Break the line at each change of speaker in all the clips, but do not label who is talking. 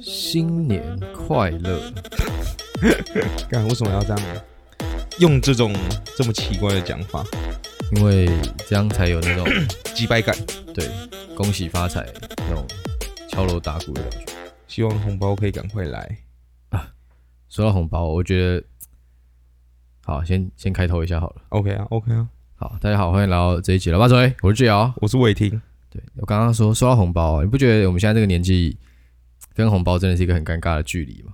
新年快乐。
干为什么要这样？啊用这种这么奇怪的讲法，
因为这样才有那种
击败感。
对恭喜发财那种敲锣打鼓的感觉。
希望红包可以赶快来。
说到红包，我觉得好，先先开头一下好了。
OK 啊，OK 啊，
好，大家好，欢迎来到这一集老八嘴，我是志尧。
我是伟霆。
对我刚刚说说到红包，你不觉得我们现在这个年纪跟红包真的是一个很尴尬的距离吗？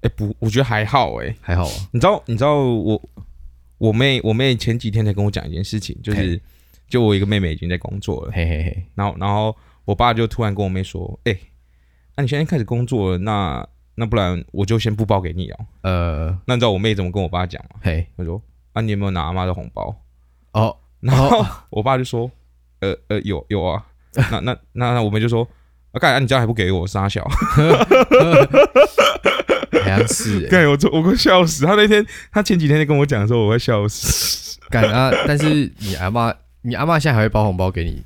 哎、不，我觉得还好哎、
还好啊，
你知道，你知道我我妹我妹前几天才跟我讲一件事情，就是就我一个妹妹已经在工作了，
嘿嘿嘿，
然后然后我爸就突然跟我妹说：“哎、那、你现在开始工作了，那那不然我就先不包给你哦。
呃”，
那你知道我妹怎么跟我爸讲吗？
嘿，
她说：“啊，你有没有拿阿妈的红包？”
哦，
然后 我爸就说：“呃呃，有有啊。那”那那那我们就说：“啊，干、啊，你这样还不给我，傻小
好像是、！” 欸，
干，我我快笑死。他那天他前几天在跟我讲的时候，我快笑 死。
感啊，但是你阿妈，你阿妈现在还会包红包给你，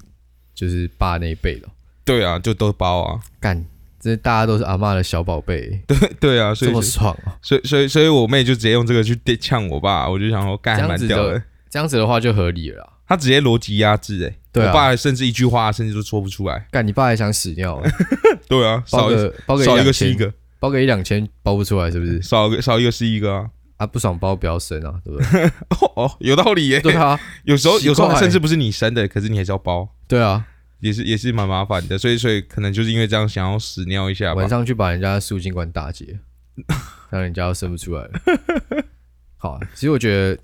就是爸那一辈的哦，
对啊，就都包啊。
干，这大家都是阿妈的小宝贝，
对啊，所
这
以
么爽啊！
所以所以所以我妹就直接用这个去对呛我爸，我就想说干
这样
还蛮
子
屌
的
的。，
这样子的话就合理了啦。
他直接逻辑压制哎、欸
对啊
我爸甚至一句话甚至都说不出来。
干，你爸还想屎尿，
对啊，
包
少一
个包个
少一个
两
是一
千，
个，
包个一两千包不出来是不是？
少一个少一个是一个啊。
啊，不爽包不要生啊，对不对？
哦哦，有道理耶、
对啊，
有时候
奇怪欸
有时候甚至不是你生的，可是你还是要包，
对啊，
也是也是蛮麻烦的。所以所以可能就是因为这样想要屎尿一下吧
晚。上去把人家的输精管打 结，让人家都生不出来了。好啊，其实我觉得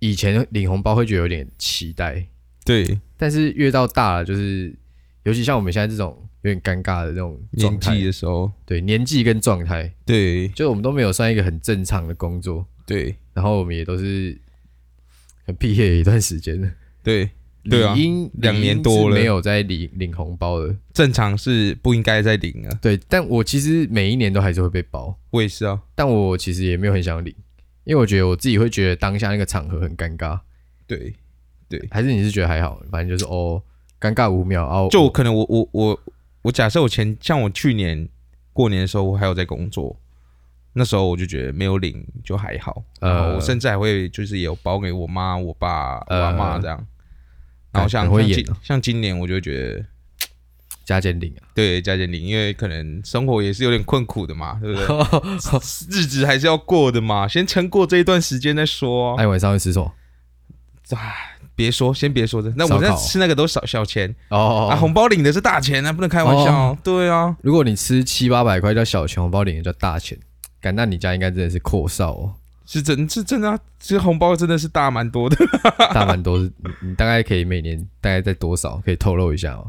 以前领红包会觉得有点期待，
对，
但是越到大了，就是尤其像我们现在这种有点尴尬的那种状
年纪
态，
的时候，
对年纪跟状态，
对
就是我们都没有算一个很正常的工作，
对
然后我们也都是很毕业一段时间了，
对，对啊
理应
两
理应
年多
是
了
没有在领领红包的，
正常是不应该再领了。
对，但我其实每一年都还是会被包，
我也是啊，
但我其实也没有很想领，因为我觉得我自己会觉得当下那个场合很尴尬，
对，
还是你是觉得还好，反正就是哦，尴尬五秒啊，我
就可能我我我我假设我前像我去年过年的时候，我还有在工作，那时候我就觉得没有领就还好，
呃
呃，我甚至还会就是也有包给我妈、我爸、我
呃
阿妈这样。然后像
很会
像
演
今
哦
像今年，我就觉得
加减领啊，
对加减领，因为可能生活也是有点困苦的嘛，对不对？ 日子还是要过的嘛，先撑过这一段时间再说啊、
哎，晚上会吃什么？
别说，先别说这，那我
烧
那
烤
吃那个都少小钱
哦哦
啊，
哦，
红包领的是大钱啊，不能开玩笑哦。对啊，
如果你吃七八百块叫小钱，红包领的叫大钱，感那你家应该真的是阔少哦，
是真是真的、啊，其实红包真的是大蛮多的，
大蛮多是，你你大概可以每年大概在多少可以透露一下吗？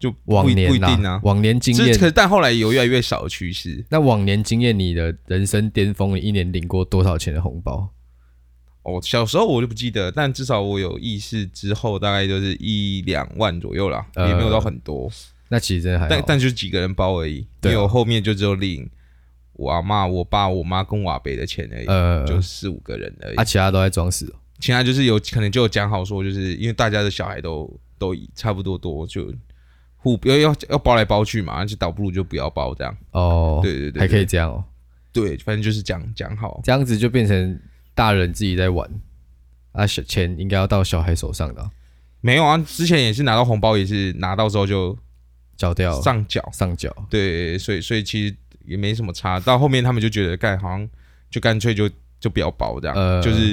就不
往
一
年
不一
啦
定啊。
往年经
这可
验，
但后来有越来越少的趋势
那往年经验你的人生巅峰，你一年领过多少钱的红包？
哦。小时候我就不记得，但至少我有意识之后，大概就是一两万左右啦，
呃
也没有到很多，
那其实真的还好，
但但就几个人包而已。
对啊
因为我后面就只有领我阿妈、我爸、我妈跟我阿伯的钱而已，
呃，
就四五个人而已。
啊，其他都在装死哦。
其他就是有可能就有讲好说，就是因为大家的小孩都都差不多多，就互要要要包来包去嘛，就倒不如就不要包这样。
哦，
对对对对
还可以这样哦，
对，反正就是讲讲好。
这样子就变成大人自己在玩，啊，小钱应该要到小孩手上的啊、
没有啊，之前也是拿到红包，也是拿到之后就
缴掉了
上缴。
上缴，
对，所以所以其实也没什么差。到后面他们就觉得，干好像就干脆就就不要包这样，
呃
就是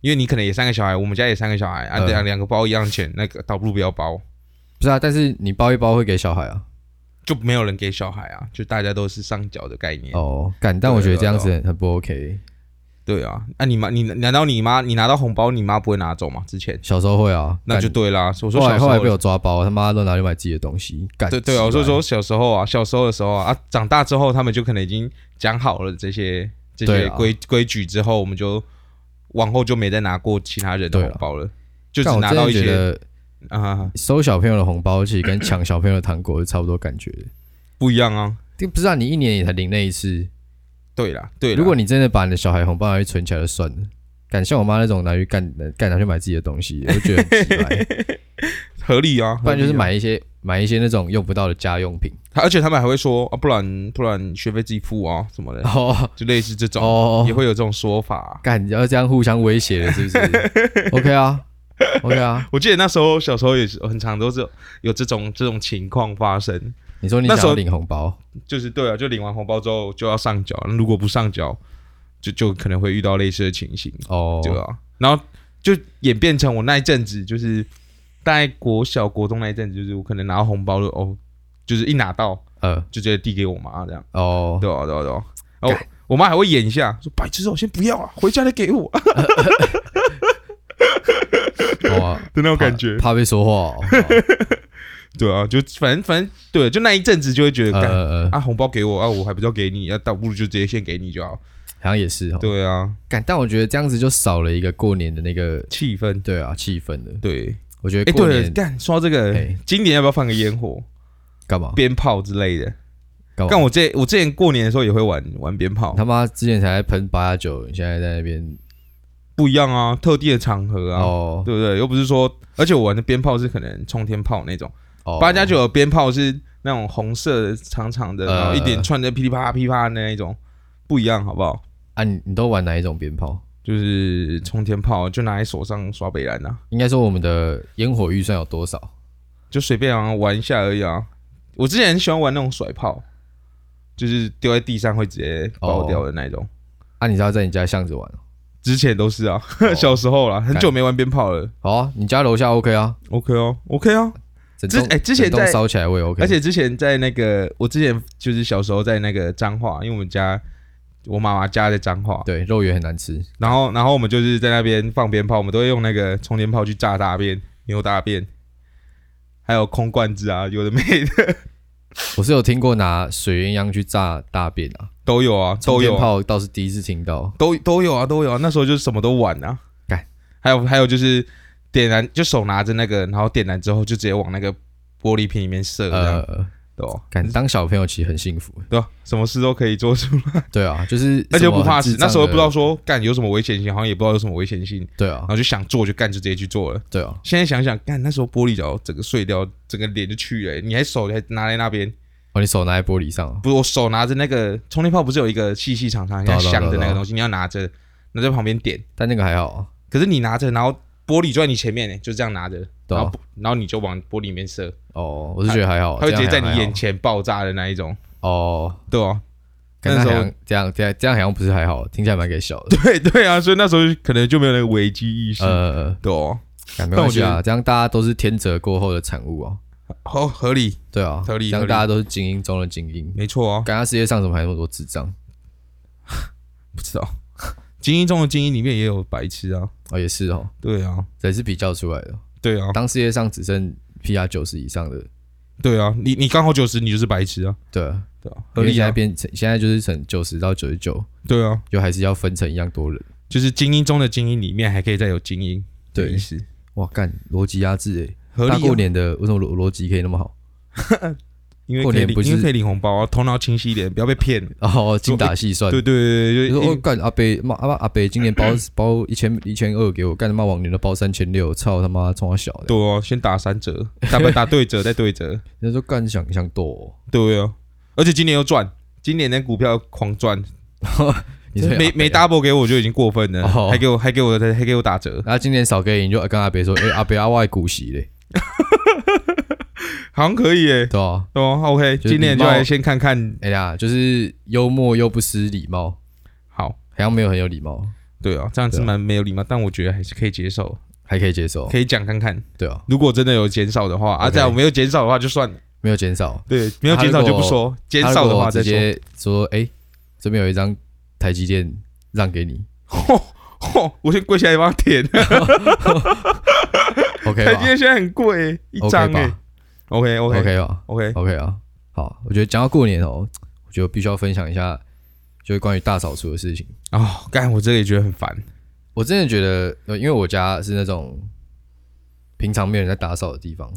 因为你可能也三个小孩，我们家也三个小孩啊，
呃
两、两个包一样钱，那个倒不如不要包，
不是啊？但是你包一包会给小孩啊，
就没有人给小孩啊，就大家都是上缴的概念。
哦，敢，但我觉得这样子很很不 OK。
对啊，那、你妈你难道你妈你拿到红包，你妈不会拿走吗？之前
小时候会啊，
那就
干
对啦。我说
后
小
来
时
后来
候
被我抓包，他妈都拿去买自己的东西，干欸
对对啊，我
奇怪
是说小时候啊，小时候的时候啊，啊长大之后他们就可能已经讲好了这些这
对
些
啊
规规矩之后，我们就往后就没再拿过其他人的
对啊
红包了，就只
干我
拿
真
到
的
一
觉
些
得
啊
收小朋友的红包，其实跟抢小朋友的糖果是差不多感觉的。
不一样啊。
这不知道你一年也才领那一次，
对啦，对啦，
如果你真的把你的小孩红包拿去存起来就算了，敢像我妈那种拿去干干拿去买自己的东西，我就觉得很奇怪。
合理啊，
不然就是
合理啊
买一些买一些那种用不到的家用品。
他而且他们还会说啊，不然不然学费自己付啊什么的，
哦
就类似这种，
哦
也，会有这种说法。
干，要这样互相威胁了，是不是？OK 啊，OK 啊。
我记得那时候小时候也是很常都是有这种这种情况发生，
你说你
那
想
时候
要领红包，
就是对啊，就领完红包之后就要上缴，如果不上缴，就就可能会遇到类似的情形，
哦，
对啊，然后就演变成我那一阵子就是大概国小国中那一阵子，就是我可能拿到红包了哦，就是一拿到
呃，
就直接递给我妈这样。
哦，
对啊，对啊，对啊。然后我妈还会演一下，说白痴哦，先不要啊，回家再给我的
哇，
那种
怕
感觉。
怕被说 话哦。
对啊，就反正反正对，就那一阵子就会觉得，
呃
干
呃，呃
啊，红包给我啊，我还不知道给你，啊，倒不如就直接先给你就好。
好像也是哦。
对啊，
干，但我觉得这样子就少了一个过年的那个，
气氛。
对啊，气氛了。
对，
我觉
哎，
得过
对了，
年
干说到这个
哎，
今年要不要放个烟火、
干嘛？
鞭炮之类的？
干嘛
干我这我之前过年的时候也会玩玩鞭炮
你，他妈之前才在喷八加九，你现在在那边
不一样啊，特定的场合啊，
哦
对不对？又不是说，而且我玩的鞭炮是可能冲天炮那种。
哦
八加九的鞭炮是那种红色的长长的，
呃
然后一点串的噼里啪啦噼里啪啦的那一种，不一样好不好？
啊，你你都玩哪一种鞭炮？
就是冲天炮，就拿在手上耍北兰啊，
应该说我们的烟火预算有多少？
就随便啊玩一下而已啊。我之前很喜欢玩那种甩炮，就是丢在地上会直接爆掉的那种。
啊，你知道在你家巷子玩哦？
之前都是啊，
哦
小时候啦，很久没玩鞭炮了。
好啊，你家楼下 OK 啊？
OK 哦，OK 哦，
整
之
栋
哎之前
整栋
在
烧起来我也 OK，
而且之前在那个，我之前就是小时候在那个彰化，因为我们家我妈妈家在彰化，
对肉圆很难吃，
然后然后我们就是在那边放鞭炮，我们都会用那个冲天炮去炸大便、牛大便，还有空罐子啊，有的没的
我是有听过拿水鸳鸯去炸大便啊，
都有啊，
冲
都
天
有啊、
炮倒是第一次听到，
都都有啊，都有啊。那时候就是什么都玩啊
干，
还有还有就是点燃，就手拿着那个，然后点燃之后就直接往那个玻璃瓶里面射，这样
呃，
对哦吧？
感当小朋友其实很幸福，
对吧？什么事都可以做 出，
对啊，就是
而且又不怕
什
死
么很智。障的
那时候不知道，说干有什么危险性，好像也不知道有什么危险性，
对啊
然，后就想做就干，就直接去做了。
对啊，
现在想想，干那时候玻璃角整个碎掉，整个脸就去了、你还手还拿在那边，
哦，你手拿在玻璃上哦，
不是我手拿着那个充电炮，不是有一个细细长长
对啊对
像
啊
香
对
的
啊
那个东西，你要拿着，拿在旁边点。
但那个还好啊，
可是你拿着，然后玻璃就在你前面呢、就这样拿着，
对
然
啊
后不然后你就往玻璃里面射，
哦，我是觉得还好，
它会直接
这
在
样还
你眼
好
前爆炸的那一种，
哦，
对哦、
感
那
觉
时
好
候
像这样这样这样好像不是还好，听起来蛮给小 的，
对对啊，所以那时候可能就没有那个危机意识，
呃，
对哦、
感没
但我
关系
觉
啊，这样大家都是天择过后的产物哦，
好合理，
对啊，
合理
这
合
样
理
大家都是精英中的精英，
没错哦，
感觉世界上怎么还有那么多智障？
不知道， 精英中的精英里面也有白痴啊，
哦，也是哦，
对啊，
这也是比较出来的。
对啊，
当世界上只剩 PR 九十以上的，
对啊，你你刚好九十，你就是白痴啊，
对啊，
对啊，
因
合
为
理
现在
啊，
变成现在就是成九十到九十九，
对啊，
就还是要分成一样多人。
就是精英中的精英里面还可以再有精英的
对
意思，
哇，干逻辑压制诶、
合理、
大
啊。
过年的为什么逻逻辑可以那么好？
因为
过
可以
年
领，
不是
因为可以领红包啊，头脑清晰一点，不要被 骗。
哦，精打细算。
对对对对，
你
就
说哦，
是
干阿北妈阿妈阿北今年包包一千一千二给我，干他妈往年的包三千六，操他妈冲我小的。
对哦，先打三折，打不打对折再对折，
人家说干想想多、
对哦。而且今年又赚，今年那股票狂赚，
哦，你说
没没，double 给我就已经过分了，
哦
还给我还给我还给我打折，
啊然后今年少给你，你就跟阿北说，哎、阿北阿外股息嘞，
好像可以耶。
对啊，
哦，OK，
就是
今年就
礼貌
来先看看，
哎、呀，就是幽默又不失礼貌，
好，
好像没有很有礼貌，
对啊，这样子
对啊
蛮没有礼貌，但我觉得还是可以接受，
还可以接受。
可以讲看看。
对啊，
如果真的有减少的话，啊，
OK
这样没有减少的话就算了，
没有减少，
对，没有减少就不说，减
他如
少的
果
话再
直
说。
接说，哎、这边有一张台积电让给你
吼，哦我先跪下来帮他填。
，OK
台积
吧
电现在很贵欸，一张
OK
哎
吧。
OK OK
？OK 吧
OK，
？OK 啊，好，我觉得讲到过年哦，我觉得必须要分享一下，就是关于大扫除的事情。
哦，干，我这个也觉得很烦。
我真的觉得，呃，因为我家是那种平常没有人在打扫的地方，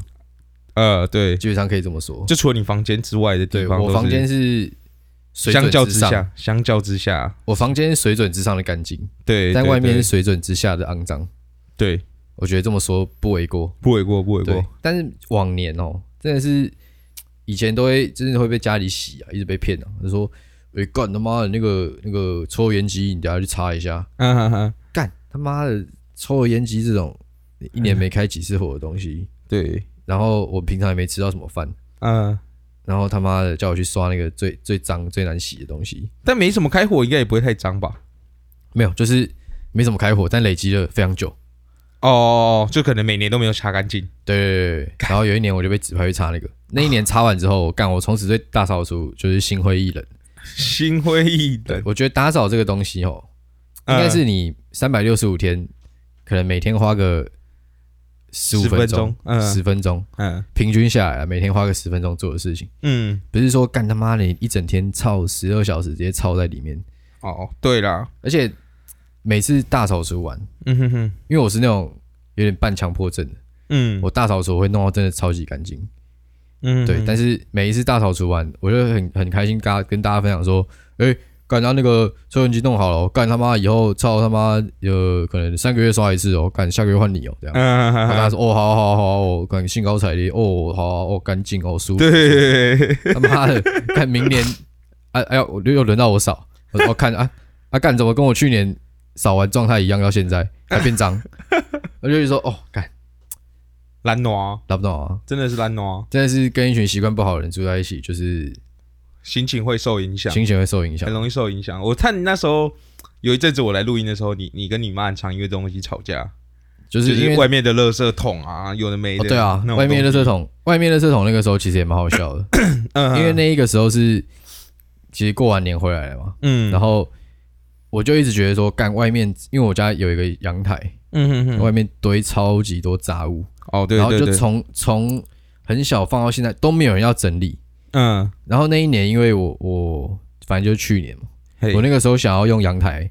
呃，对，
基本上可以这么说。
就除了你房间之外的地
对
方，
我房间是水
相
准
较
之
之
上，
下，相较之下，
我房间是水准之上的干净，
对，
但
对
外面
对
是水准之下的肮脏。
对，
我觉得这么说不为过。
不为过，不为
对
过。，
但是往年哦，真的是以前都会真的会被家里洗啊，一直被骗啊，就说哎干他妈的那个那个抽油烟机，你等下去擦一下，
嗯哼哼，
干他妈的抽油烟机这种一年没开几次火的东西，
对，
然后我平常也没吃到什么饭，
嗯，
然后他妈的叫我去刷那个最最脏最难洗的东西，
但没什么开火，应该也不会太脏吧？
没有，就是没怎么开火，但累积了非常久。
哦，就可能每年都没有擦干净。
对对对对，然后有一年我就被指派去擦那个，那一年擦完之后，干我从此对大扫除就是心灰意冷。
心灰意
对
冷，，
我觉得打扫这个东西哦，应
嗯
该是你三百六十五天，可能每天花个十五
10
分
分
钟
钟，嗯
十分钟，
嗯
平均下来啊每天花个十分钟做的事情，
嗯，
不是说干他妈的你一整天操十二小时直接操在里面，
哦，对啦，
而且每次大扫除完，
嗯哼哼，
因为我是那种有点半强迫症的，
嗯，
我大扫除会弄到真的超级干净，
嗯
对，但是每一次大扫除完，我就很很开心，跟大家跟大家分享说，哎、干他那个抽油烟机弄好了哦，干他妈以后操他妈呃，可能三个月刷一次哦，干下个月换你哦，这样。
嗯
然
哼
后大家
哼，
说哦，好好好好哦，感兴高采烈哦，好好哦，干净哦，舒服。
对，
他妈的，看明年啊，哎呀，我又轮到我扫，我说哦看啊啊干，怎么跟我去年扫完状态一样，到现在还变脏，我就说哦干，
懒惰，
打不动啊，
真的是懒惰，
真的是跟一群习惯不好的人住在一起，就是
心情会受影响，
心情会受影响
很。容易受影响。我看你那时候有一阵子我来录音的时候，你你跟你妈很常因为这东西吵架，
就
就是
因
是
为
外面的垃圾桶啊，有的没
哦，
的，
对啊
那，种
外面的
东
垃
西
圾，桶，外面的垃圾桶那个时候其实也蛮好笑 的，
嗯，
因为那一个时候是其实过完年回来了嘛，
嗯，
然后我就一直觉得说，干外面，因为我家有一个阳台，
嗯哼哼，
外面堆超级多杂物，
哦对
然后
对
就
对，
从从很小放到现在都没有人要整理。
嗯，
然后那一年，因为我我反正就是去年嘛，
嘿
我那个时候想要用阳台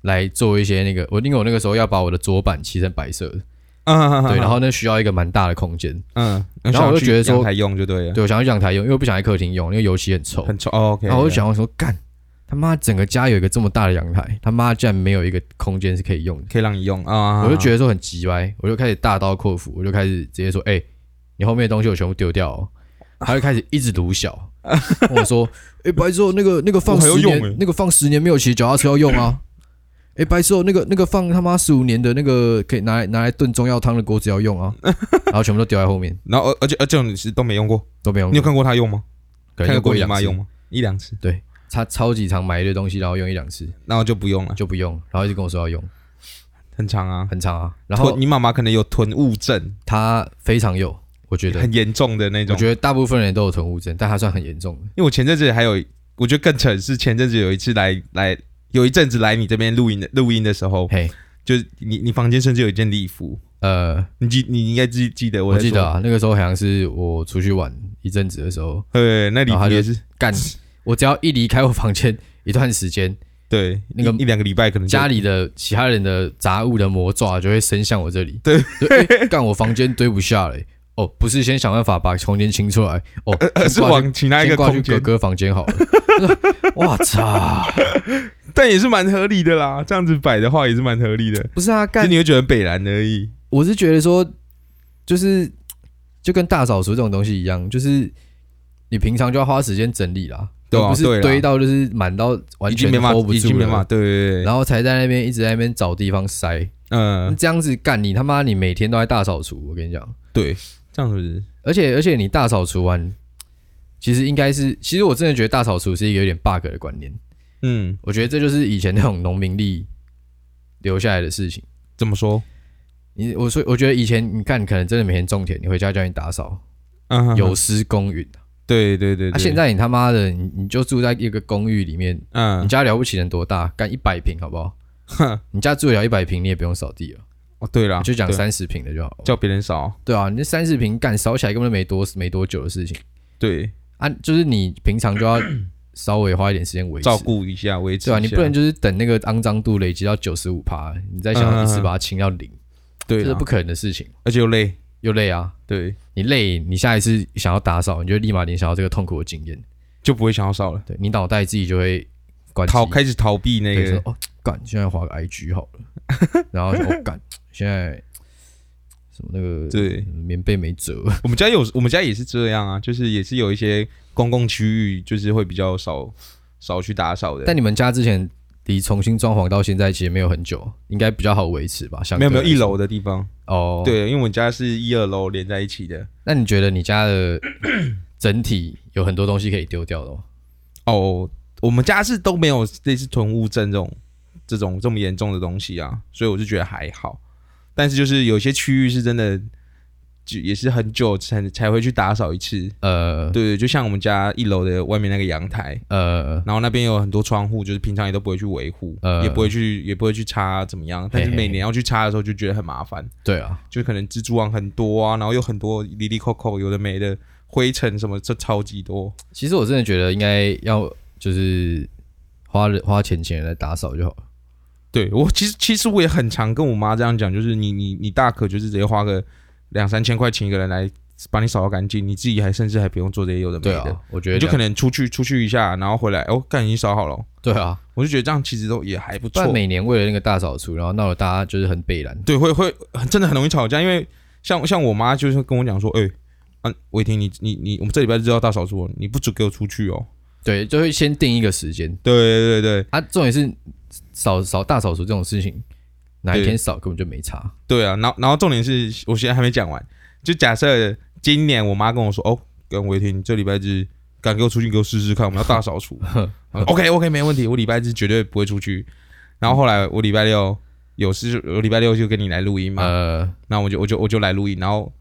来做一些那个，我因为我那个时候要把我的桌板漆成白色的，
嗯，
对，然后那需要一个蛮大的空间，
嗯，
然后我就觉得说
还用就对了，
对，我想去阳台用，因为我不想在客厅用，因为油漆很臭。
很臭。哦 OK，
然后我就想说，干他妈整个家有一个这么大的阳台，他妈竟然没有一个空间是可以用的，
可以让你用啊，
我就觉得说很急歪，我就开始大刀阔斧，我就开始直接说，哎、你后面的东西我全部丢掉、哦。他就开始一直撸 小，跟我说：“哎、白痴哦，那个那个放
我还要
十
用欸
年，那个放十年没有骑脚踏车要用啊。哎、白痴哦，那个那个放他妈十五年的那个可以拿来拿来炖中药汤的锅子要用 啊。然后全部都丢在后面，
然后而而且而且你是都没用过，
都没有用。
你有看过他用吗？
可能哦
看
用
过
一
你
两
妈
次
用吗？一两次，
他超级常买一堆东西，然后用一两次
然后就不用了，
就不用，然后一直跟我说要用，
很长啊。
很长啊。然后
吞你妈妈可能有囤物症，
他非常有，我觉得，
很严重的那
我
种。
觉得大部分人都有囤物症，但他算很严重的。
因为我前阵子还有，我觉得更扯是前阵子有一次来来有一阵子来你这边录音的录音的时候，
嘿，
就是你你房间甚至有一件礼服，
呃，
你记你应该记记得我
我
在
记
说
得，啊，那个时候好像是我出去玩一阵子的时候，
对，那礼
然后他
服
就
也是
干，我只要一离开我房间一段时间，
对，
那个
一一两个礼拜可能就
家里的其他人的杂物的魔爪就会伸向我这里。对，欸干、我房间堆不下嘞、哦，不是先想办法把空间清出来，哦，
呃
先
是
挂去
往其他一
先
个
挂去
空
哥
间，
哥房间好了。 我 操！
但也是蛮合理的啦。这样子摆的话也是蛮合理的，
不是啊，
就
干，
你会觉得很北蓝而已。
我是觉得说，就是就跟大扫除这种东西一样，就是你平常就要花时间整理啦，
对啊
而不是
对啦
堆到就是满到完
已经
全
没办
hold
法，
不
已经
住
没办法，
了，
对对对，
然后才在那边一直在那边找地方塞，
嗯，
这样子干你他妈你每天都在大扫除，我跟你讲，
对，这样子
而且而且你大扫除完。其实应该是，其实我真的觉得大扫除是一个有点 bug 的观念。
嗯，
我觉得这就是以前那种农民力留下来的事情。
怎么说？
你我说，我觉得以前你看，你可能真的每天种田，你回家叫你打扫，
嗯，哼
有
哼
失公允。
对对对，
啊，
对
现在你他妈的，你你就住在一个公寓里面，你
嗯，
家了不起能多大？干一百平好不好？
哼
你家住得了一百平，你也不用扫地了，
哦对啦，
就讲
对
三十平的就好了。
叫别人扫，
对啊，你那三十平干扫起来根本没多没多久的事情
对，
啊，就是你平常 就要稍微花一点时间维持
照，顾一下，维持
对吧、
一下，
你不能就是等那个肮脏度累积到九十五趴，你再想要一次把它清到零，
嗯对啊
这是
啦
不，可能的事情，
而且又累，
又累啊。
对，
你累，你下一次想要打扫，你就立马联想到这个痛苦的经验，
就不会想要扫了，
对你脑袋自己就会关机
逃开始逃避那
对，说
个，
哦，干，现在划个 IG 好了，然后说哦，干，现在什么那个
对，
棉被没折，
我们家有，我们家也是这样啊，就是也是有一些公共区域，就是会比较少少去打扫的。
但你们家之前离重新装潢到现在其实没有很久，应该比较好维持吧？相对
没有没有
来说
一楼的地方，
哦。，
对，因为我们家是一二楼连在一起的。
那你觉得你家的整体有很多东西可以丢掉的吗？
哦，我们家是都没有类似囤物症这种这种这么严重的东西啊，所以我就觉得还好。但是就是有些区域是真的，就也是很久才才会去打扫一次。
呃
对，就像我们家一楼的外面那个阳台，
呃，
然后那边有很多窗户，就是平常也都不会去维护，
呃
也不会去也不会去擦怎么样，但是每年要去擦的时候就觉得很麻烦，
对啊，
就可能蜘蛛网很多啊，然后有很多里里扣扣有的没的灰尘什么，这超级多。
其实我真的觉得应该要就是花人花钱请人来打扫就好了。
对我其实其实我也很常跟我妈这样讲，就是你你你大可就是直接花个两三千块请一个人来把你扫到干净，你自己还甚至还不用做这些有的没
对
的，
啊，我觉
你
得
就
这
可
样
能出去出去一下，然后回来哦，干已经扫好了，
对啊，
我就觉得这样其实都也还不
不
错
然。每年为了那个大扫除，然后闹得大家就是很北然。
对，会会真的很容易吵架，因为像像我妈就是跟我讲说，哎、啊，伟霆，你你你，我们这礼拜就要大扫除，你不准给我出去哦。
对，就会先定一个时间。
对对对对
啊，重点是扫扫大扫除这种事情，哪一
对
天扫根本就没差。
对啊，然后然后重点是，我现在还没讲完，就假设今年我妈跟我说，哦，跟伟霆，你这礼拜日敢给我出去，你给我试试看，我们要大扫除。OK OK，没问题，我礼拜日绝对不会出去。然后后来我礼拜六有事，我礼拜六就跟你来录音嘛。
呃
那我就我就我就来录音，然后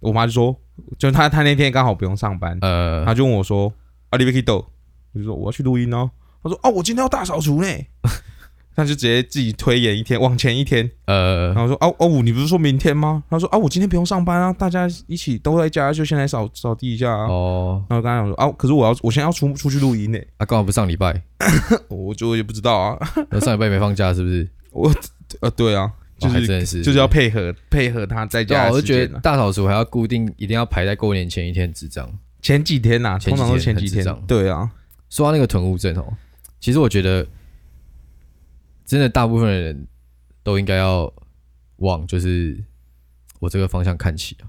我妈就说，就她她那天刚好不用上班，
呃，
她就问我说，啊，你别去抖，我就说我要去录音哦，她说哦，我今天要大扫除呢， 她就直接自己推延一天，往前一天，
呃
然，后说哦哦，你不是说明天吗？她说啊，我今天不用上班啊，大家一起都在家，就先来扫扫地一下啊。
哦，
然后刚才我说啊，可是我要我现在要出出去录音呢，
啊，刚好不上礼拜，
我就我也不知道啊，
那上礼拜没放假是不是？
呃，对啊， 就
哦哇还
是
真的是，
就是要配合配合他在
对
家
啊，我
的
就
时
觉
间
得
啊。
大扫除还要固定，一定要排在过年前一天支账。
前几天呐，
前几
通常都
天
前
很
几
智
天
障，
对啊，
说到那个囤物症哦，其实我觉得，真的大部分的人都应该要往就是我这个方向看齐啊，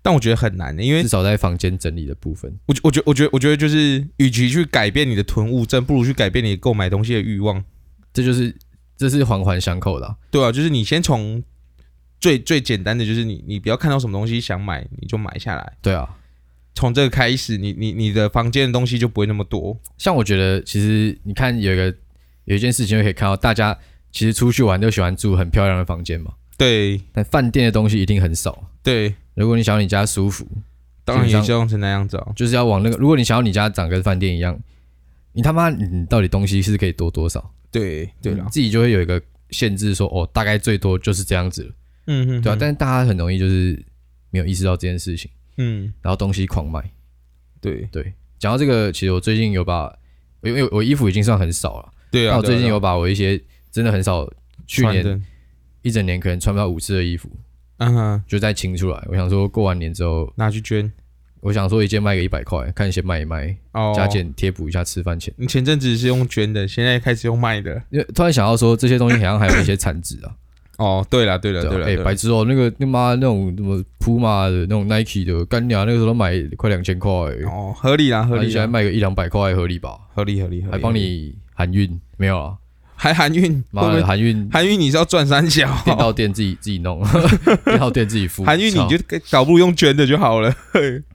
但我觉得很难，因为
至少在房间整理的部分。
我觉我觉我觉得我觉得就是，与其去改变你的囤物症，不如去改变你购买东西的欲望。
这就是这是环环相扣的啊、
对啊，就是你先从最最简单的，就是你你不要看到什么东西想买你就买下来，
对啊。
从这个开始，你你你的房间的东西就不会那么多。
像我觉得，其实你看有一个有一件事情，就可以看到大家其实出去玩都喜欢住很漂亮的房间嘛，
对
但饭店的东西一定很少。
对，
如果你想要你家舒服，
当然
基本上
也是要用成那样子啊。
就是要往那个，如果你想要你家长跟饭店一样，你他妈你到底东西是可以多多少？
对对啊
你
啦，
自己就会有一个限制说哦，大概最多就是这样子了，
嗯嗯，
对啊。
嗯
但是大家很容易就是没有意识到这件事情，
嗯
然后东西狂买。
对
对，讲到这个，其实我最近有把，因为我衣服已经算很少了，
对
那、
啊。
我最近
对啊
有把我一些真的很少，去
穿的
年一整年可能穿不到五次的衣服，
嗯哼
就再清出来。我想说过完年之后，
拿去捐
我想说一件卖个一百块，看先卖一卖，
哦，
加。减贴补一下吃饭钱。
你前阵子是用捐的，现在开始用卖的。
因为突然想到说，这些东西好像还有一些残值啊，
哦，对了对了
对
对
啊，
了，
哎、
对啦
白痴哦、那个他妈那种什么 Puma 的那种 Nike 的，干娘那个时候买快两千块，
哦，合理啦合
而
理
且现在
啦，
卖个一两百块合理吧？
合理合理合理，
还帮你含运没有啊？
还韩运，
妈
会不
的
会
含运
韩运你是要赚三角？
电到店自己自己弄，电到店自己付。
韩运
操
你就搞不如用捐的就好了，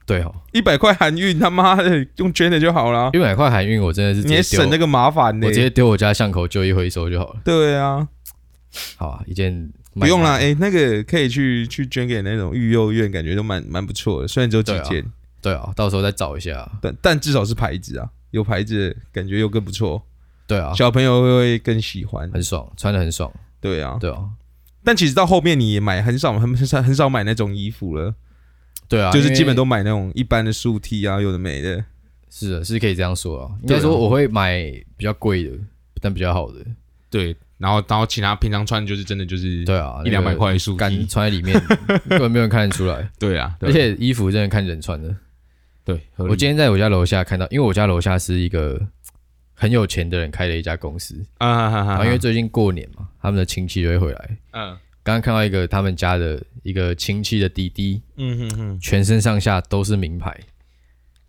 对哦，
一百块韩运他妈的用捐的就好了，
因为买块含运我真的是直
你还
接丢
省那，个麻烦呢
我直。接丢我家巷口就一回收就好了。
对啊，
好啊，一件
不用啦，
了，
哎，那个可以去去捐给那种育幼院，感觉都蛮蛮不错的，虽然只有几
对啊
件，
对啊，到时候再找一下。
但但至少是牌子啊，有牌子的感觉又更不错，
对啊，
小朋友会会更喜欢。
很爽，穿的很爽。
对啊，
对啊，
但其实到后面你也买很少很很少很少买那种衣服了，
对啊，
就
因
是
为
基本都买那种一般的素 T 啊，有的没的。
是的，是可以这样说啊。应
对啊
该说我会买比较贵的，但比较好的。
对，然后然后其他平常穿就是真的就是
对啊，
一两百
那个
块的束
干
干，
穿在里 面，根本没有人看得出来。
对啊，对
而且衣服真的看人穿的。
对，合理
我今天在我家楼下看到，因为我家楼下是一个很有钱的人开的一家公司，
啊哈哈
然
哈
后
哈，
因为最近过年嘛，他们的亲戚就会回来，
嗯
刚刚看到一个他们家的一个亲戚的弟弟，
嗯哼哼，
全身上下都是名牌，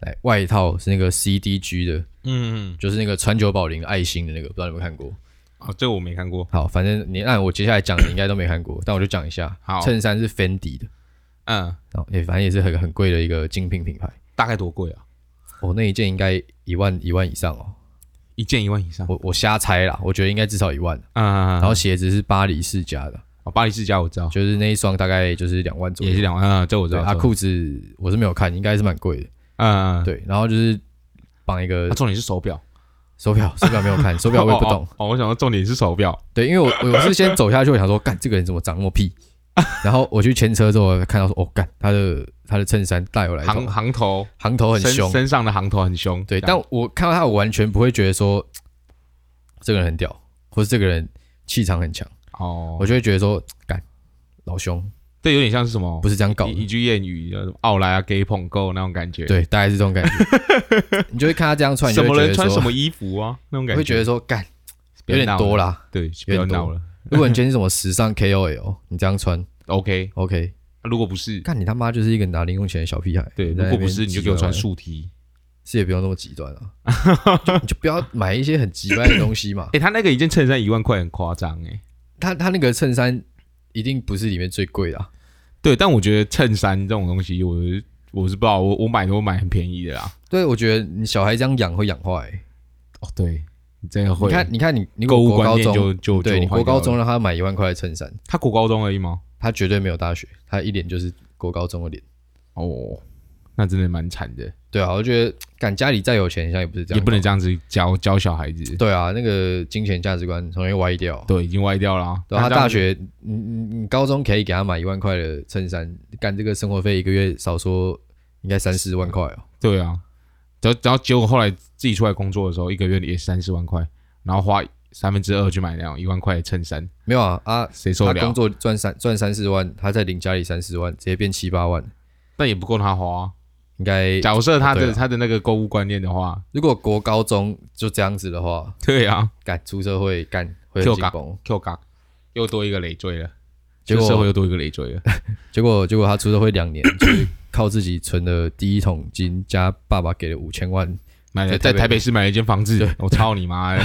来外套是那个 CDG 的，
嗯
就是那个川久保玲爱心的那个，不知道你有没有看过？
哼，哦，这个我没看过。
好，反正你按我接下来讲，你应该都没看过，但我就讲一下。
好
衬衫是 Fendi 的，
嗯，
然后也反正也是很很贵的一个精品品牌。
大概多贵啊？
哦，那一件应该一万一万以上哦，
一件一万以上。
我我瞎猜啦，我觉得应该至少一万。
嗯，
然后鞋子是巴黎世家的，
哦，巴黎世家我知道，
就是那一双大概就是两万左
也是
右。
两万。嗯，这我知
对
道。
啊，
这我知道，
裤子我是没有看，应该是蛮贵的。
嗯，嗯，
对，然后就是绑一个
啊他重点是手表，
手表，手表没有看，手表我也不懂
哦。。哦哦，我想到重点是手表。
对，因为我我是先走下去，我想说，干这个人怎么长那么屁？然后我去牵车之后看到说，哦，干他的他的衬衫带有来头
行行头
行头很
身
凶，
身上的行头很凶。
对，
这样
但我看到他，我完全不会觉得说这个人很屌，或是这个人气场很强，
哦
我，就会觉得说，干老兄
这有点像是什么？
不是这样搞
哦一一
的，
句谚语叫什么“奥莱啊，gay 捧够”那种感觉。，
对，大概是这种感觉。 你就会看他这样穿，你
什
就会
么
觉
人
得
穿
说
什么衣服啊？那种感
会觉得
得
说，干
不
有
要
点
闹
多
了，
啦。
对，不
有
要
点多
闹了。
如果你今天是什么时尚 KOL，你这样穿
OK，
，OK，
那如果不是，
干你他妈就是一个拿零用钱的小屁孩。
对，
在那
如果不
边
是，你就
唧唧
给我
歪
穿
歪
竖 T。
是也不用那么极端啊，就你就不要买一些很极端的东西嘛
哎、。他那个一件衬衫一万块很夸张哎。
他他那个衬衫一定不是里面最贵的啊、
对，但我觉得衬衫这种东西我，是我是不知道，我我买的我买很便宜的啦。
对，我觉得你小孩这样养会养坏、欸
哦，对，你真的
你
会
看，你看你，你
购物
国
观
高
念就
中，
就
对
就
你
坏
国
掉
高
了
中让他买一万块的衬衫，
他国高中而已吗？
他绝对没有大学，他一脸就是国高中的脸。
哦，那真的蛮惨的，
对啊，我觉得，敢家里再有钱，现在也不是这样，
也不能。这样子教教小孩子。
对啊，那个金钱价值观容易歪掉。
对，已经歪掉了啊。
对啊，他
这样
大
子
学，你你你高中可以给他买一万块的衬衫，干这个生活费一个月少说应该三四万块哦。
对啊，然后然后结果后来自己出来工作的时候，一个月也是三四万块，然后花三分之二去买那种一万块的衬衫，
没有啊啊，
谁受
他
得了
工？作赚三赚三四万，他再领家里三四万，直接变七八万，
但也不够他花啊。
应该
假设他
对
的
啊
他的那个购物观念的话，
如果国高中就这样子的话，
对啊
干出社会干会很紧绷。
，Q 嘎又多一个累赘了，
结
这个社会
果
又多一个累赘了。
结果结果他出社会两年， 就是靠自己存的第一桶金加爸爸给的五千万，
买了
在台
在
北
台北市买了一间房子，我操你妈的！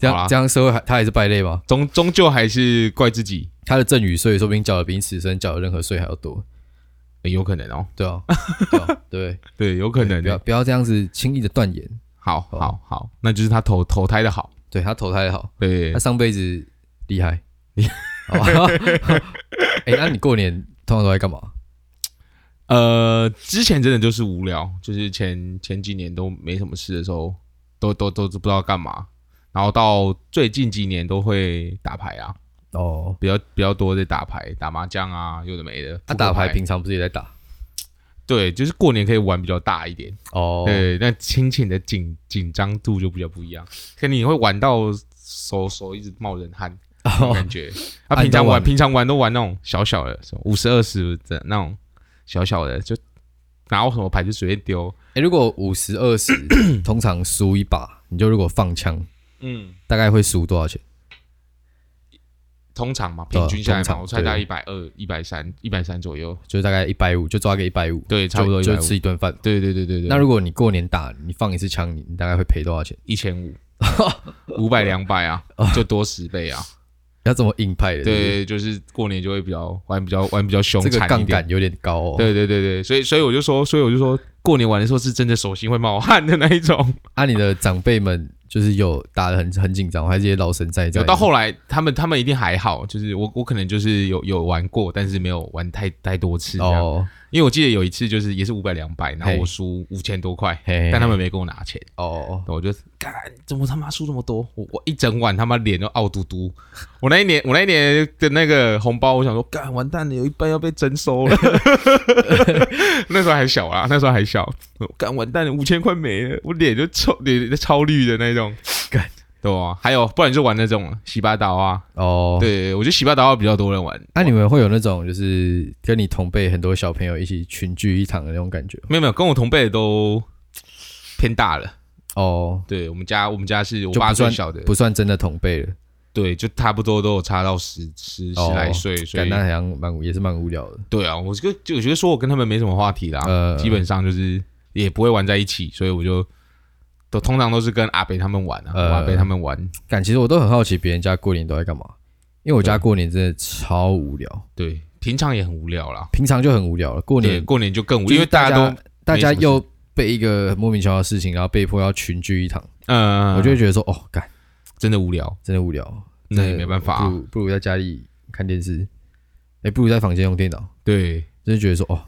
这样
好啊啦
这样社会还他还是败类吗？
终终究还是怪自己，
他的赠与税说不定缴的比你此生缴的任何税还要多，
欸有可能哦，
对啊，对 啊对，
对，有可能
不要
的。
不要这样子轻易的断言。
好好好，那就是他投投胎的好，
对他投胎得好，
对
他，上辈子厉 害，好 吧？哎，哦那你过年通常都在干嘛？
呃，之前真的就是无聊，就是前前几年都没什么事的时候，都都都不知道干嘛。然后到最近几年都会打牌啊，
哦，
比较比较多在打牌、打麻将啊，有的没的。
他打牌
扑克
平常不是也在打？
对，就是过年可以玩比较大一点，
哦，
对，那亲情的紧紧张度就比较不一样，可能你会玩到手手一直冒冷汗，那种感觉。啊，
啊你
平
都
常
玩
玩平常玩都玩那种小小的，五十二十的那种小小的，就拿到什么牌就随便丢。
欸，如果五十二 十，通常输一把，你就如果放枪，
嗯，
大概会输多少钱？
通常嘛，
对啊
平均下来
通
嘛，
常
我猜大概
对
一百二、一百三、一百三左右，
就是大概一百五，就抓个一百五，
对，差不多一
就
百
就
五。
吃一顿饭。
对对对对对，
那如果你过年打，你放一次枪，你你大概会赔多少钱？
一千 五、五百、两百啊，就多十倍 啊。
要这么硬派的，
对，就是过年就会比较玩比较玩比较凶
不对，这个
残一
杠
点。
杆有点高哦。
对对对对，所以所以我就说，所以我就说，过年玩的时候是真的手心会冒汗的那一种。
啊，你的长辈们就是有打的很很紧张，还是一些老神在哦在
有
的？
到后来，他们他们一定还好，就是我我可能就是有有玩过，但是没有玩太太多次这样。
哦，
因为我记得有一次就是也是五百两百，然后
嘿
我输五千多块，
嘿嘿
但他们没给我拿钱，
哦，
我就干怎么他妈输这么多？我我一整晚他妈脸都凹嘟嘟。我那一年我那一年的那个红包，我想说干完蛋了，有一半要被征收了。 那时候还小啦，那时候还小，我干完蛋了，五千块没了，我脸就臭脸超绿的那种。
干
对啊，还有不然就玩那种洗八刀啊，
哦，。
对，我觉得洗八刀比较多人玩。
那、你们会有那种就是跟你同辈很多小朋友一起群聚一堂的那种感觉吗
没有没有，跟我同辈的都偏大了。
哦，
对我们家，我们家是我
就
爸
哦不
最
算
小的，
不算真的同辈了，
对，就差不多都有差到十十十
哦
来岁，所
感
以
那好像蛮无也是蛮无聊的。
对啊，我就就我觉得说我跟他们没什么话题啦，
呃
啊基本上就是也不会玩在一起，所以我就都通常都是跟阿北他们玩啊，
呃
我阿北他们玩，
感其实我都很好奇别人家过年都在干嘛，因为我家过年真的超无聊，
对，平常也很无聊啦，
平常就很无聊了，过
对，
年
过年就更无
就
聊，
是
因为大家都嗯
大家
没什么事
又被一个莫名其妙的事情，然后被迫要群聚一堂，
嗯，
我就会觉得说，哦，干，
真的无聊，
真的无聊，
那
真
也
的
没办法
不
啊，
如不如在家里看电视，哎，不如在房间用电脑，
对，
就是觉得说，哦，
不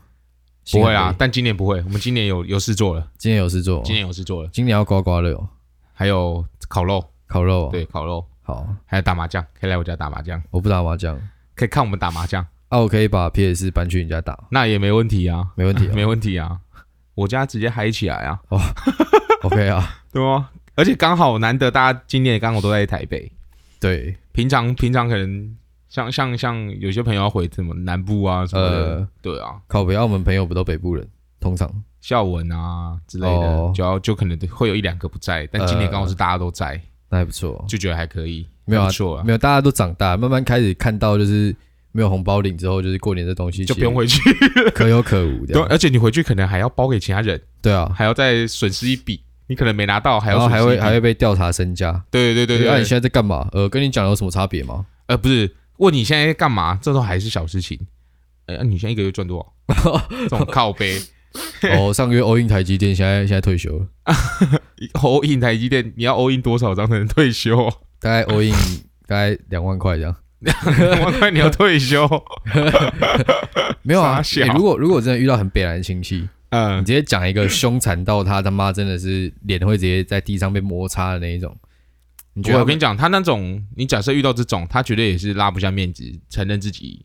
幸好
会啊
可以，，
但今年不会，我们今年有有事做了，
今年有事做哦，
今年有事做了，
今年要刮刮乐哦，
还有烤肉，
烤肉哦，
对，烤肉，
好，
还有打麻将，可以来我家打麻将，
我不打麻将，
可以看我们打麻将，
啊，我可以把 PS 搬去你家打，
那也没问题啊，
没问题 哦
没问题啊，我家直接嗨起来啊。
，OK 啊，
对吗？而且刚好难得大家今年也刚好都在台北，
对，
平常平常可能像像像有些朋友要回什么南部啊什么的，
呃
对啊，
靠北，啊我们朋友不都北部人，通常
孝文啊之类的，
哦
就要就可能会有一两个不在，但今年
呃
刚好是大家都在，
那还不错哦，
就觉得还可以，
没有啊
还不错啊，
没有，大家都长大，慢慢开始看到就是没有红包领之后，就是过年这东西
就不用回去。
其实可有可无
对，
的。
而且你回去可能还要包给其他人，
对啊，
还要再损失一笔，你可能没拿到，还
然
要
后哦还
损
会
失一笔
还会被调查身家。
对对对
那、你
对
现在
对，
在干嘛？呃，跟你讲有什么差别吗？
呃不是问你现在干嘛，这都还是小事情。哎、啊你现在一个月赚多少？ 这种靠背。
哦，上个月欧印台积电，现在现在退休了，
all in 台积电，你要 all in 多少张才能退休？
大概欧印大概两万块这样。
我看你要 退休，
没有啊，
傻小
欸如果如果真的遇到很北南的亲戚，你
嗯，
直接讲一个凶残到他他妈真的是脸会直接在地上被摩擦的那一种，你觉得
我
他
跟你
们
讲，他那种，你假设遇到这种，他绝对也是拉不下面子，承认自己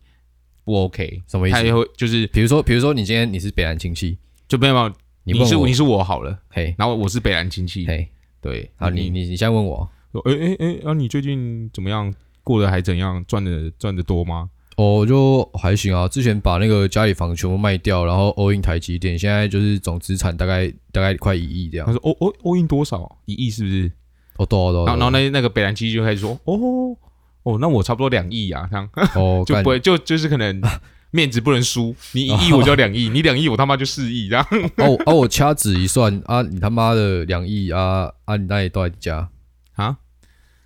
不 OK，
什么意
他也
思？
会就是
比如说比如说你今天你是北南亲戚，
就没有
你
你
问
是
我哎
你是我好了，
嘿
然后我是北兰亲戚，
嘿，
对，
好，你你你现在问我。
说，哎哎哎，那、啊你最近怎么样？过得还怎样？赚的赚的多吗？
哦，就还行啊。之前把那个家里房全部卖掉，然后 all in 台积电，现在就是总资产大概大概快一亿这
他
样。
说，哦哦，all in 多少？一亿是不是？
哦，对哦对哦，
然后然后
对
那那个北兰亲戚就开始说，哦哦，那我差不多两亿啊，这样。
哦，哦
就
干
不会就就是 可能面子不能输，你一亿我就要两亿，你两亿我他妈就四 亿，然后
哦我哦，我掐指一算啊，你他妈的两亿啊啊，你那里多少家？
啊，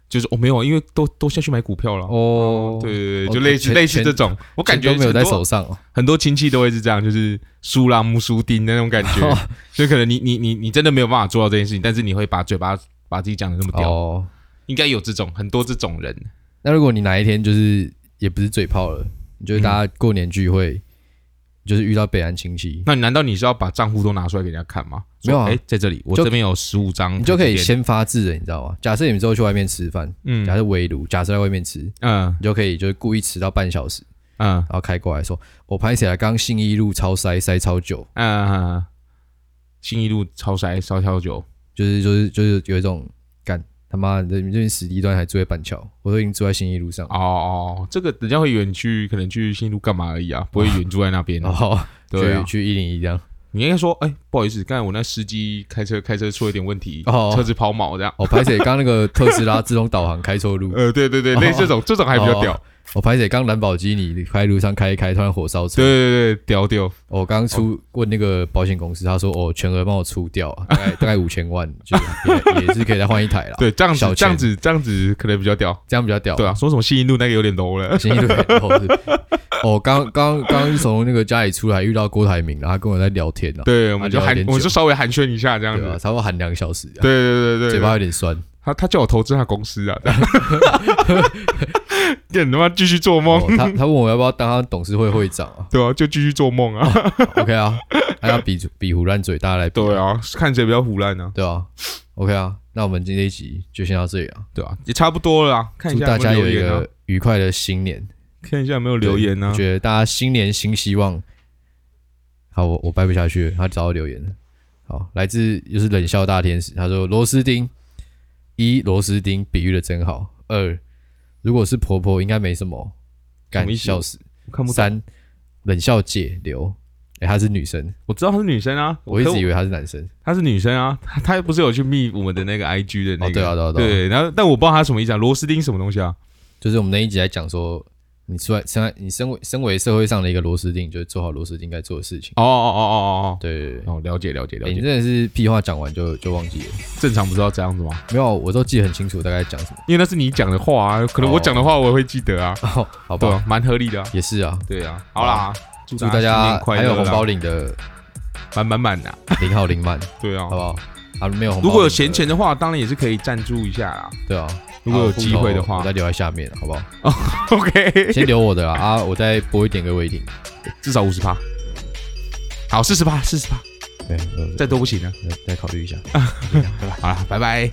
就是我、哦、没
啊
有，因为都都下去买股票了。哦
哦，
对对
哦
对，就类似
钱
类似
钱
这种，我
我
感觉
都没有
很
在
多
手上哦。
很多亲戚都会是这样，就是输拉木输丁的那种感
哦
觉，所以可能你你你你真的没有办法做到这件事情，但是你会把嘴巴把自己讲的那么屌，
哦，
应该有这种很多这种人，
那如果你哪一天就是也不是嘴炮了，你就是大家过年聚会，就是遇到北安亲戚，
那你难道你是要把账户都拿出来给人家看吗？
没有啊
说哎，在这里我
就
这边有十五张，
你就可以
这边
先发制人，你知道吗？假设你们之后去外面吃饭，假
嗯
设围炉，假设在外面吃，
嗯
你就可以就是故意迟到半小时，
嗯
然后开过来说：“我拍起来刚信义路超塞塞超久，
嗯，新一路超筛烧烧酒，
就是就是就是有一种干他妈的，你这边死地段还住在板桥，我都已经住在信义路上。”
哦哦，这个人家会远去，可能去新一路干嘛而已啊，不会远住在那 边、
然后
对啊
哦去，去一零一这样，
你应该说，哎、不好意思，刚才我那司机开车开车出了点问题，
哦
车子抛锚这样。
我拍起刚那个特斯拉自动导航开错路，
呃，对对对，
哦
类似这种，这种 还比较屌。
我拍起刚兰博基尼开路上开一开，突然火烧车
对，对对，屌屌。
我刚出问那个保险公司，他说：“哦，全额帮我出掉啊，大概大概五千万，就也也是可以再换一台啦。”，
对，这样
小
子，
钱哦
这样子，这样子可能比较屌。
这样比较屌。
对啊，说什么新一路那个有点 low 了。
新一路很厚是不是哦，刚刚刚从那个家里出来，遇到郭台铭，然后他跟我在聊天呢、啊，
对，我们就
聊
寒
点，久
我们就稍微寒暄一下这样
对
子。
吧、差不多喊两个小时、啊，
对啊对对对，
嘴巴有点 酸。
他他叫我投资他公司啊，这样 干你他妈继续做梦
哦，，他他问我要不要当他董事会会长啊
对啊，就继续做梦啊，
？OK 啊，还要比比胡乱嘴，大家来比、
对啊，看谁比较胡乱啊，
对啊 o k 啊，那我们今天一集就先到这里啊，
对啊，也差不多了啦，看一
祝
下
大
有没
家
有
有
留
一
言啊，
个愉快的新年。
看一下有没有留言
对
啊呢
我？觉得大家新年新希望。好，我我掰不下去了，他找到留言了。好，来自又是冷笑大天使，他说：“螺丝钉，一螺丝钉比喻的真好。二，如果是婆婆应该没什么，
什
干
么意思
笑死。
我看不懂
三，冷笑姐流，哎、她是女生，
我知道她是女生啊，
我一
可
直以为她是男生。
她是女生啊，她她不是有去密我们的那个 IG 的那
哦，对
个，
啊，对啊，对啊，
对，然后但我不知道她什么意思啊，螺丝钉什么东西啊？
就是我们那一集在讲说，你出来，身为你身为身为社会上的一个螺丝钉，就是做好螺丝钉该做的事情。
哦哦哦哦
对对对
哦哦，哦，了解了解了
哎你
解，
真的是屁话讲完就就忘记了，
正常不是要这样子吗？
没有，我都记得很清楚大概讲什么。
因为那是你讲的话啊，可能我
哦
讲的话我也会记得啊，
哦，好
对
吧，
啊，蛮合理的啊，
也是啊，
对啊，好啦，祝
祝大家
新
还
年
有
快乐
红
啦
包领的
满满满的，
零号零 满，
对啊
好不，好？啊，没有红包，
如果有闲，钱的话，当然也是可以赞助一下啦。
对啊，
如果有
啊
机会的
我
话
再留在下面，好不好？
，OK，
先留我的啦，啊，我再拨一点给魏婷。
至少五十趴，好，四十趴，四十趴，
对，呃
哎再多不行了。
再再考虑一下。
好了，拜拜。